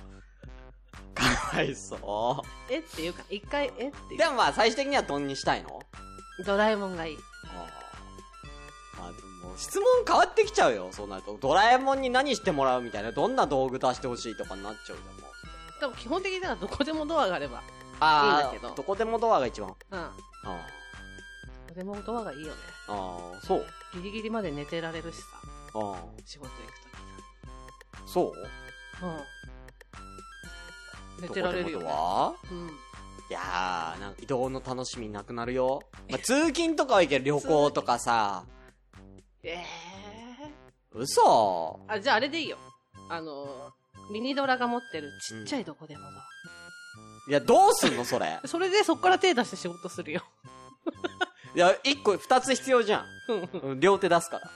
S1: かわいそ
S4: えっていうか、一回えって
S1: う。
S4: いう
S1: で。もまあ、最終的にはドンにしたいの
S4: ドラえもんがいい。
S1: あーまあ、でも、質問変わってきちゃうよ、そうなると。ドラえもんに何してもらうみたいな、どんな道具出してほしいとかになっちゃうよ、もう。
S4: でも基本的にだからどこでもドアがあれば、
S1: あ
S4: いいんだけ
S1: あ、
S4: ど
S1: どこでもドアが一番。
S4: うん。
S1: あ
S4: どこでもドアがいいよね。
S1: ーあー、そう。
S4: ギリギリまで寝てられるしさ、
S1: あ
S4: 仕事行くとき
S1: あ、そう
S4: さ。うん。寝てられるよ、
S1: どこでもドア
S4: ね。うん。
S1: いやー、なんか移動の楽しみなくなるよ。まあ、通勤とかはいいけど、旅行とかさ。
S4: ええ
S1: 嘘
S4: ー。あ、じゃああれでいいよ。あの、ミニドラが持ってるちっちゃいどこでもドア。
S1: いや、どうすんのそれ。
S4: それでそっから手出して仕事するよ。
S1: いや、一個、二つ必要じゃん。うん両手出すから。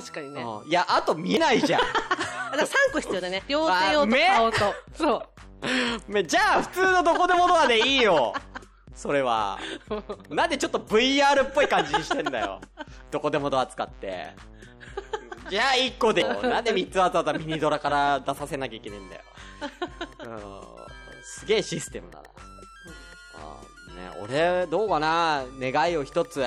S4: 確かにね。
S1: うんいや、あと見えないじゃん。
S4: あ、だから3個必要だね。両手用
S1: あ
S4: と
S1: 目
S4: 顔と。そう。
S1: めじゃあ、普通のどこでもドアでいいよ。それは。なんでちょっと VR っぽい感じにしてんだよ。どこでもドア使って。じゃあ、一個で。なんで三つわざわざミニドラから出させなきゃいけねえんだよ。うんすげえシステムだな。あーね、俺、どうかな願いを一つ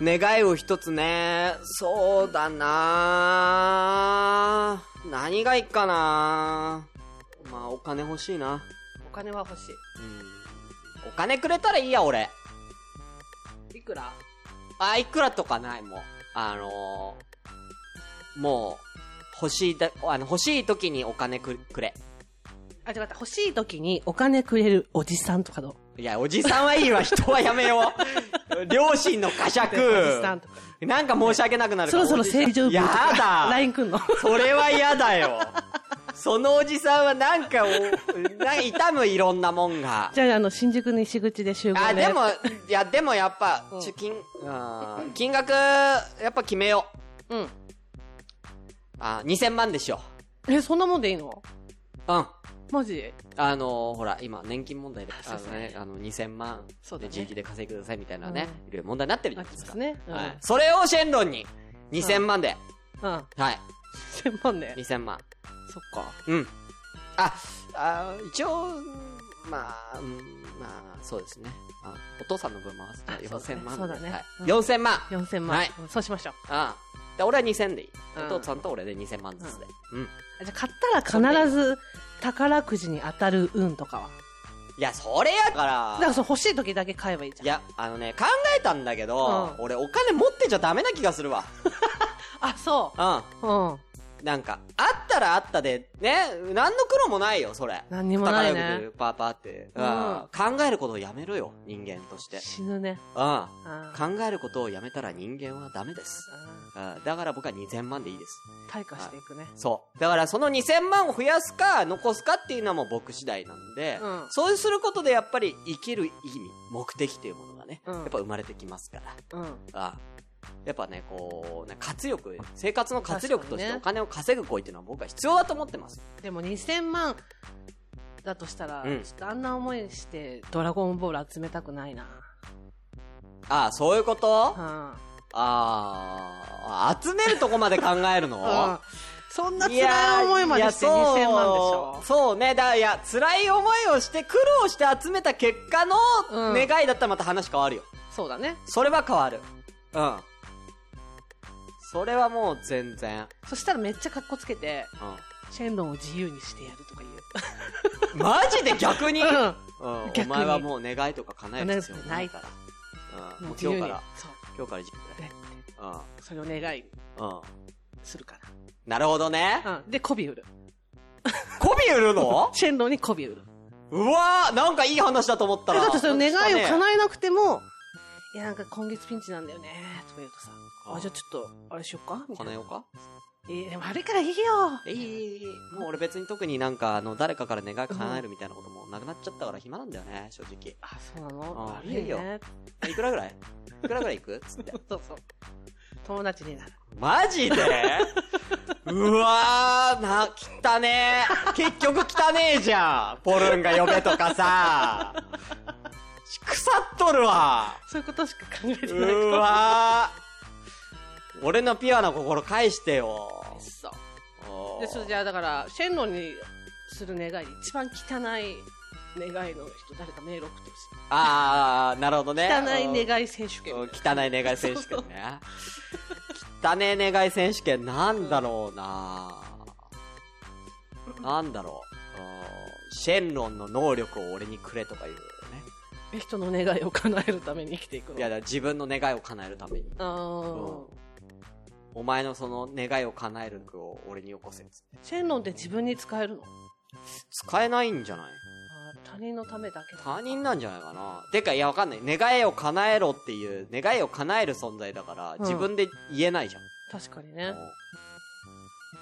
S1: 願いを一つね、そうだな何がいいかなまあ、お金欲しいな。
S4: うん。お金は欲し
S1: うん。お金くれたらいいや、俺。
S4: い。いくら
S1: あ、いくらとかない、もう。あのー、もう、欲しいだ、あの、欲しい時にお金くくれ。
S4: あ、違った。欲しい時にお金くれるおじさんとかどう
S1: いや、おじさんはいい わ、人はやめよう。両親の呵責。
S4: おじさんとか。
S1: なんか申し訳なくなる
S4: そ
S1: から
S4: ろそろ
S1: おじさん
S4: 正常部と
S1: や
S4: か
S1: だ
S4: LINE くんの。
S1: それは嫌だよ。そのおじさんはなんかお、なんか痛むいろんなもんが。
S4: じゃあ、あの、新宿西口で集合
S1: あ、
S4: ね
S1: でも、いや、でもやっぱ
S4: うん、
S1: ちょ金、うん金額、やっぱ決めよう。
S4: うん。
S1: あ、2000万でしょ。
S4: え、そんなもんでいいの
S1: うん。
S4: マジ
S1: あのーほら、今、年金問題で、
S4: そう
S1: あ
S4: です
S1: の
S4: ね
S1: ね、あの、2000万
S4: そうだ
S1: で
S4: ね
S1: 自力で稼いでくださいみたいなね、いろいろ問題になってるじゃ
S4: あっ
S1: ない
S4: ち
S1: で
S4: ですす
S1: か。
S4: ね。うん。
S1: はい。それをシェンロンに、2000万で、
S4: うん。
S1: はい、
S4: 千万ね。
S1: 2000万。
S4: そっか。
S1: うん。あ、あ一応、まあ、うんまあ、そうですね。あお父さんの分回すと
S4: あ
S1: 4000万で。
S4: そうだねそうだね
S1: はい
S4: うん
S1: 4000万。
S4: 四千万。
S1: はい
S4: うんそうしましょう。
S1: あで、俺は2000でいい。
S4: うん
S1: お父さんと俺で2000万ずつで。うん。
S4: じゃあ買ったら必ず宝くじに当たる運とかは。
S1: いや、それやか
S4: だから
S1: ら、
S4: その欲しい時だけ買えばいいじゃ
S1: い
S4: ん。
S1: や、あのね、考えたんだけど、
S4: う
S1: 俺お金持ってちゃダメな気がするわ。
S4: あ、そう
S1: うん。。
S4: うん。
S1: なんか、あったらあったで、ね、何の苦労もないよ、それ。
S4: 何にもない
S1: 宝く
S4: ね
S1: じ。パーパーって、うん。考えることをやめろよ、人間として。
S4: 死ぬね。
S1: うん。
S4: あー
S1: 考えることをやめたら人間はダメです。
S4: あ
S1: うんだから僕は2000万でいいです。
S4: ー。退化していくね。
S1: そう。だからその2000万を増やすか残すかっていうのはもう僕次第なんで、
S4: うん
S1: そうすることでやっぱり生きる意味、目的っていうものがね、
S4: うん
S1: やっぱ生まれてきますから。
S4: うん。
S1: あやっぱね、こう、ね活力、生活の活力とし
S4: 確
S1: て
S4: かにね
S1: お金を稼ぐ行為っていうのは僕は必要だと思ってます。
S4: でも2000万だとしたら、
S1: うん
S4: ちょっとあんな思いしてドラゴンボール集めたくないな。
S1: ああ、そういうことあ
S4: うん。
S1: あ、集めるとこまで考えるの、
S4: うんそんな
S1: や
S4: 辛い思いまでして2000万でし
S1: いやそ
S4: ょ
S1: う。そうね。だから、いや、辛い思いをして、苦労して集めた結果の
S4: うん
S1: 願いだったらまた話変わるよ。
S4: そうだね。
S1: それは変わる。うん。それはもう全然。
S4: そしたらめっちゃ格好つけて、
S1: う
S4: シェンロンを自由にしてやるとか
S1: ん。マジで逆 に、
S4: 言
S1: うん、
S4: う。逆に
S1: お前はもう願いとか叶える必要ないから。う。
S4: うんん。
S1: もう
S4: 自
S1: 今
S4: 由
S1: 日
S4: に
S1: から、
S4: そう。
S1: 今日から実
S4: ね
S1: 況だ。
S4: それを願い
S1: うん。うん。
S4: するか
S1: なるほどね。
S4: ら。うん。で、媚び売る。
S1: 媚び売るの
S4: シェンロンに媚び売る。
S1: うわーなんかいい話だと思った
S4: え
S1: ら。
S4: だってその願いを
S1: え、
S4: 叶えなくても、いや、なんか今月ピンチなんだよね、とか言うとさ、
S1: あ
S4: あ、じゃあちょっと、あれしよっかみたい
S1: 叶え
S4: な。
S1: ようか
S4: えー、でも悪いからいいよ。
S1: いいいいいいもう俺別に特になんかあの誰かから願い叶えるみたいなこともなくなっちゃったから暇なんだよね正直
S4: あ、そうなの
S1: あ
S4: 悪いよね。
S1: えいくらぐらいいくらぐらいいくつって
S4: そうそう。友達になる。
S1: マジでうわーなきたね結局汚ねえじゃんポルンが呼べとかさ腐っとるわ
S4: そういうことしか考えて
S1: う
S4: ない。
S1: わー俺のピュアな心返してよ
S4: そう。
S1: おー
S4: で、そうじゃあだから、シェンロンにする願いで一番汚い願いの人、誰かメール送ってほしい。
S1: あーなるほどね
S4: 汚い願い選手権。
S1: 汚い願い選手権ね。汚い願い選手権なんだろうななんだろううん。シェンロンの能力を俺にくれとか言うよね。
S4: 人の願いを叶えるために生きていくの。
S1: いや、だから自分の願いを叶えるために。
S4: あ
S1: うん
S4: ー。
S1: お前のその願いを叶える句を俺によこせっつって。
S4: シェンロンって自分に使えるの
S1: 使えないんじゃない
S4: あー他人のためだけだ
S1: 他人なんじゃないかなてか、いや、わかんない。願いを叶えろっていう、願いを叶える存在だから、自分で言えないじゃん。
S4: 確かにね。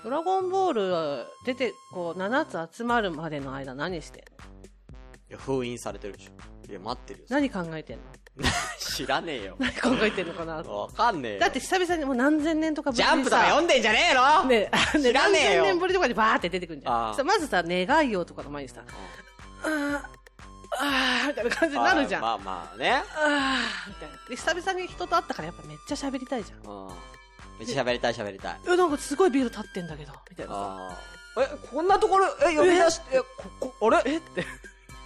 S4: ドラゴンボールは出て、こう、7つ集まるまでの間何してんの
S1: いや封印されてるでしょ。いや、待ってるよ。
S4: 何考えてんの
S1: 知らねえよ。
S4: 何考えてんのか な
S1: わかんねえよ。
S4: だって、久々にもう何千年とかぶ
S1: ジ
S4: りに
S1: ャ
S4: さ
S1: ンプとか読んでんじゃねえの
S4: ね、あのね
S1: 知ら
S4: 何
S1: ねえよ
S4: 千年ぶりとかにバーって出てくるんじ
S1: あ
S4: ゃ
S1: ー
S4: ん。さまずさ、願いよとかの前にさ、あー、あー、みたいな感じになるじゃん。あ
S1: あまあまあね。
S4: ー、みたいな。で、久々に人と会ったからやっぱめっちゃ喋りたいじゃん。
S1: うん。めっちゃ喋りたい喋りたい。
S4: え、なんかすごいビール立ってんだけど、みたいなさ。
S1: ああ。え、こんなところ、え、呼び出して、え、こ、こ、あれえって。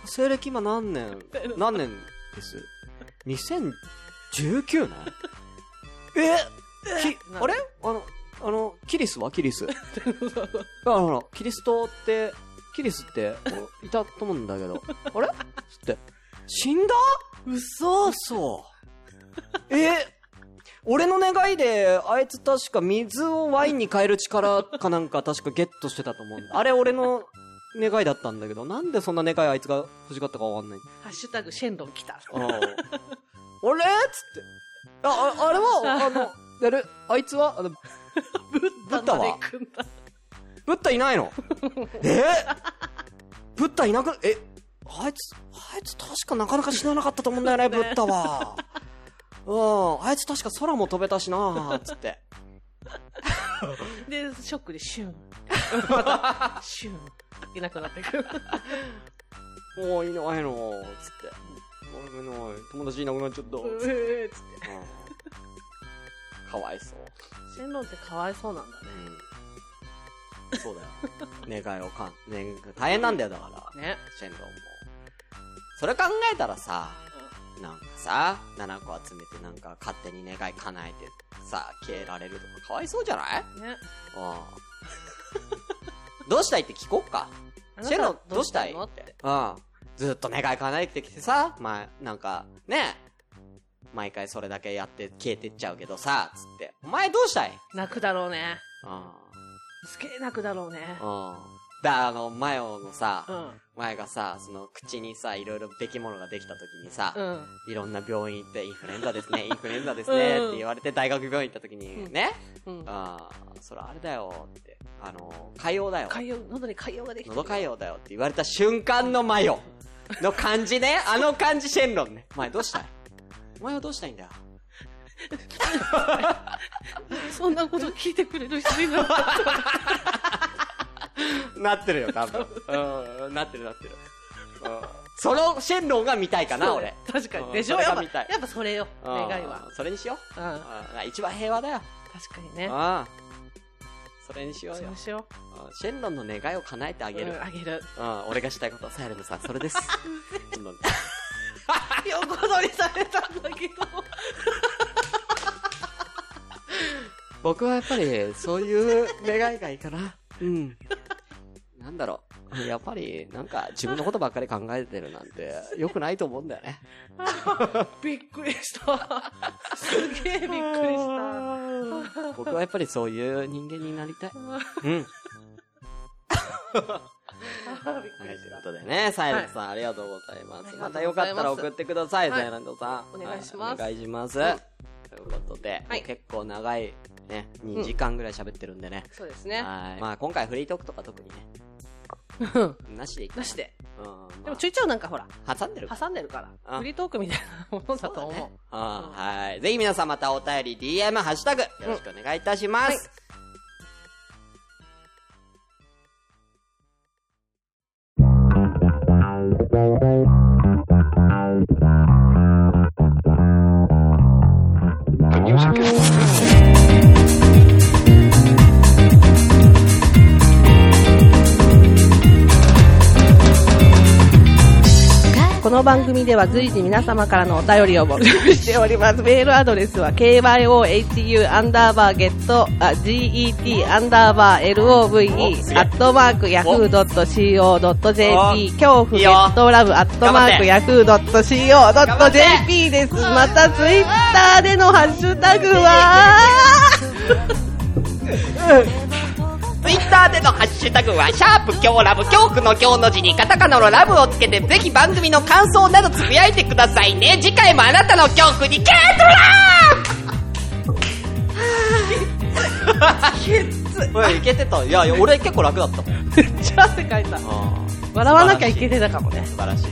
S1: 西暦今何 年何年です2019年えき
S4: な
S1: あれあの、あの、キリスはキリ ス。あほら、キリストって、キリスって、おいたと思うんだけど。あれつって、死んだ嘘そう。え俺の願いで、あいつ確か水をワインに変える力かなんか確かゲットしてたと思うんだ。あれ俺の願いだったんだけど、なんでそんな願いあいつが欲しかったかわかんない。
S4: ハッシュタグ、シェンロン来た。
S1: あれっつって。あ、 ああれは、あの、やる、あいつは、あの、
S4: ブッダまで来んだ。
S1: プッタい ないのえプッタいなく、え、あいつ、あいつ確かなかなか死ななかったと思うんだよね、プッタは。うん、あいつ確か空も飛べたしなつ って。
S4: で、ショックで シュン。また、シュン。いなくなっていく。
S1: もういないのつって。もういない。友達いなくなっちゃった。つって
S4: えーつって
S1: うんかわいそう。
S4: シェンロンってかわいそうなんだね。
S1: うん。そうだよ。 願いをかん、ね、大変なんだよ、だから。
S4: ね。
S1: シェンロンも。それ考えたらさ、なんかさ、7個集めてなんか勝手に願い叶えてさ、消えられるとかかわいそうじゃないうん。
S4: ね。
S1: どうしたいって聞こっか。
S4: あな
S1: シェ
S4: た
S1: ンロンどうしたい
S4: の
S1: っ
S4: ってて。。
S1: うん。ずっと願い叶えてきてさ、まあ、なんか、ね毎回それだけやって消えてっちゃうけどさ、つって。お前どうしたい
S4: 泣くだろうね。
S1: うん。
S4: すげえ泣くだろうね。
S1: うん。だ、あの、マヨのさ、
S4: うん。
S1: 前がさ、その、口にさ、いろいろ出来物ができた時にさ、
S4: うん。
S1: いろんな病院行って、インフルエンザです ね、インフルエンザですね、
S4: うん
S1: って言われて大学病院行った時に、ね、
S4: うん。
S1: ああ、それあれだよ、って、あの、海洋だよ、
S4: 海洋、喉に海洋ができてる
S1: 喉海洋だよって言われた瞬間のマヨの感じ ね、あの感じシェンロンね。お前どうしたいお前はどうしたいんだよ。
S4: そんなこと聞いてくれる人いなかっ
S1: なってるよ、多分。うん、なってるなってる。うんそのシェンロンが見たいか
S4: た
S1: な、俺。
S4: 確か
S1: うん
S4: に。でしょ
S1: それ
S4: や
S1: が
S4: っぱ、
S1: 見たい
S4: やっぱそれよ。願いは
S1: う。ん。それにしよう。
S4: うん。確
S1: うん一番平和だよ。
S4: かにね。
S1: ああ。それにしよう
S4: そ
S1: よ
S4: う。しよ
S1: うんシェンロンの願いを叶えてあ
S4: う。
S1: げる。
S4: うんあげ る。
S1: うん、俺がしたいこと、サイレムさん、それ です。うん
S4: 横取りされたんだけど。
S1: 僕はやっぱり、そういう願いがいいかな。うん。なんだろう。やっぱり、なんか、自分のことばっかり考えてるなんて、良くないと思うんだよね。
S4: びっくりした。すげえびっくりした。
S1: 僕はやっぱりそういう人間になりたい。うん。
S4: び
S1: はい、とい
S4: っくりし
S1: うこ
S4: た。
S1: とでね、サイレンさん、ありがとうございま
S4: あ
S1: す。
S4: り
S1: ま
S4: がとうございます
S1: たよかったら送ってください、
S4: はい
S1: サイレントさん。
S4: お願いします
S1: はお願いします。
S4: はい
S1: ということで、
S4: はい
S1: 結構長い、ね、2時間ぐらい喋ってるんでね。
S4: そうですね。
S1: はい。まあ今回フリートークとか特にね、なしでいく
S4: なし。で。
S1: うん。
S4: で
S1: ま
S4: も
S1: あ
S4: ちょいちょいなんかほら、
S1: 挟んでる
S4: 挟んでるから。
S1: あ
S4: フリートークみたいなものだと思う。
S1: あはい。ぜひ皆さんまたお便り、DM、ハッシュタグ、よろしくお願いいたします。
S4: この番組では随時皆様からのお便りを募集しております。メールアドレスは kyohu アンダーバーゲット、あ、get アンダーバー
S1: おす
S4: love
S1: げえ
S4: アットマーク yahoo.co.jp 恐怖
S1: いい
S4: ゲ
S1: よ
S4: ットラブアットマーク yahoo.co.jp です。またツイッターでのハッシュタグ は、
S5: ツイッターでのハッシュタグは、シャープ今日ラブ、恐怖の今日の字にカタカナのラブをつけて、ぜひ番組の感想などつぶやいてくださいね。次回もあなたの恐怖に、ケートラー
S1: うん、いけてた。いやいや、俺結構楽だったもん。
S4: めっちゃ汗かいた。笑わなきゃいけてたかもね。
S1: 素晴らしい。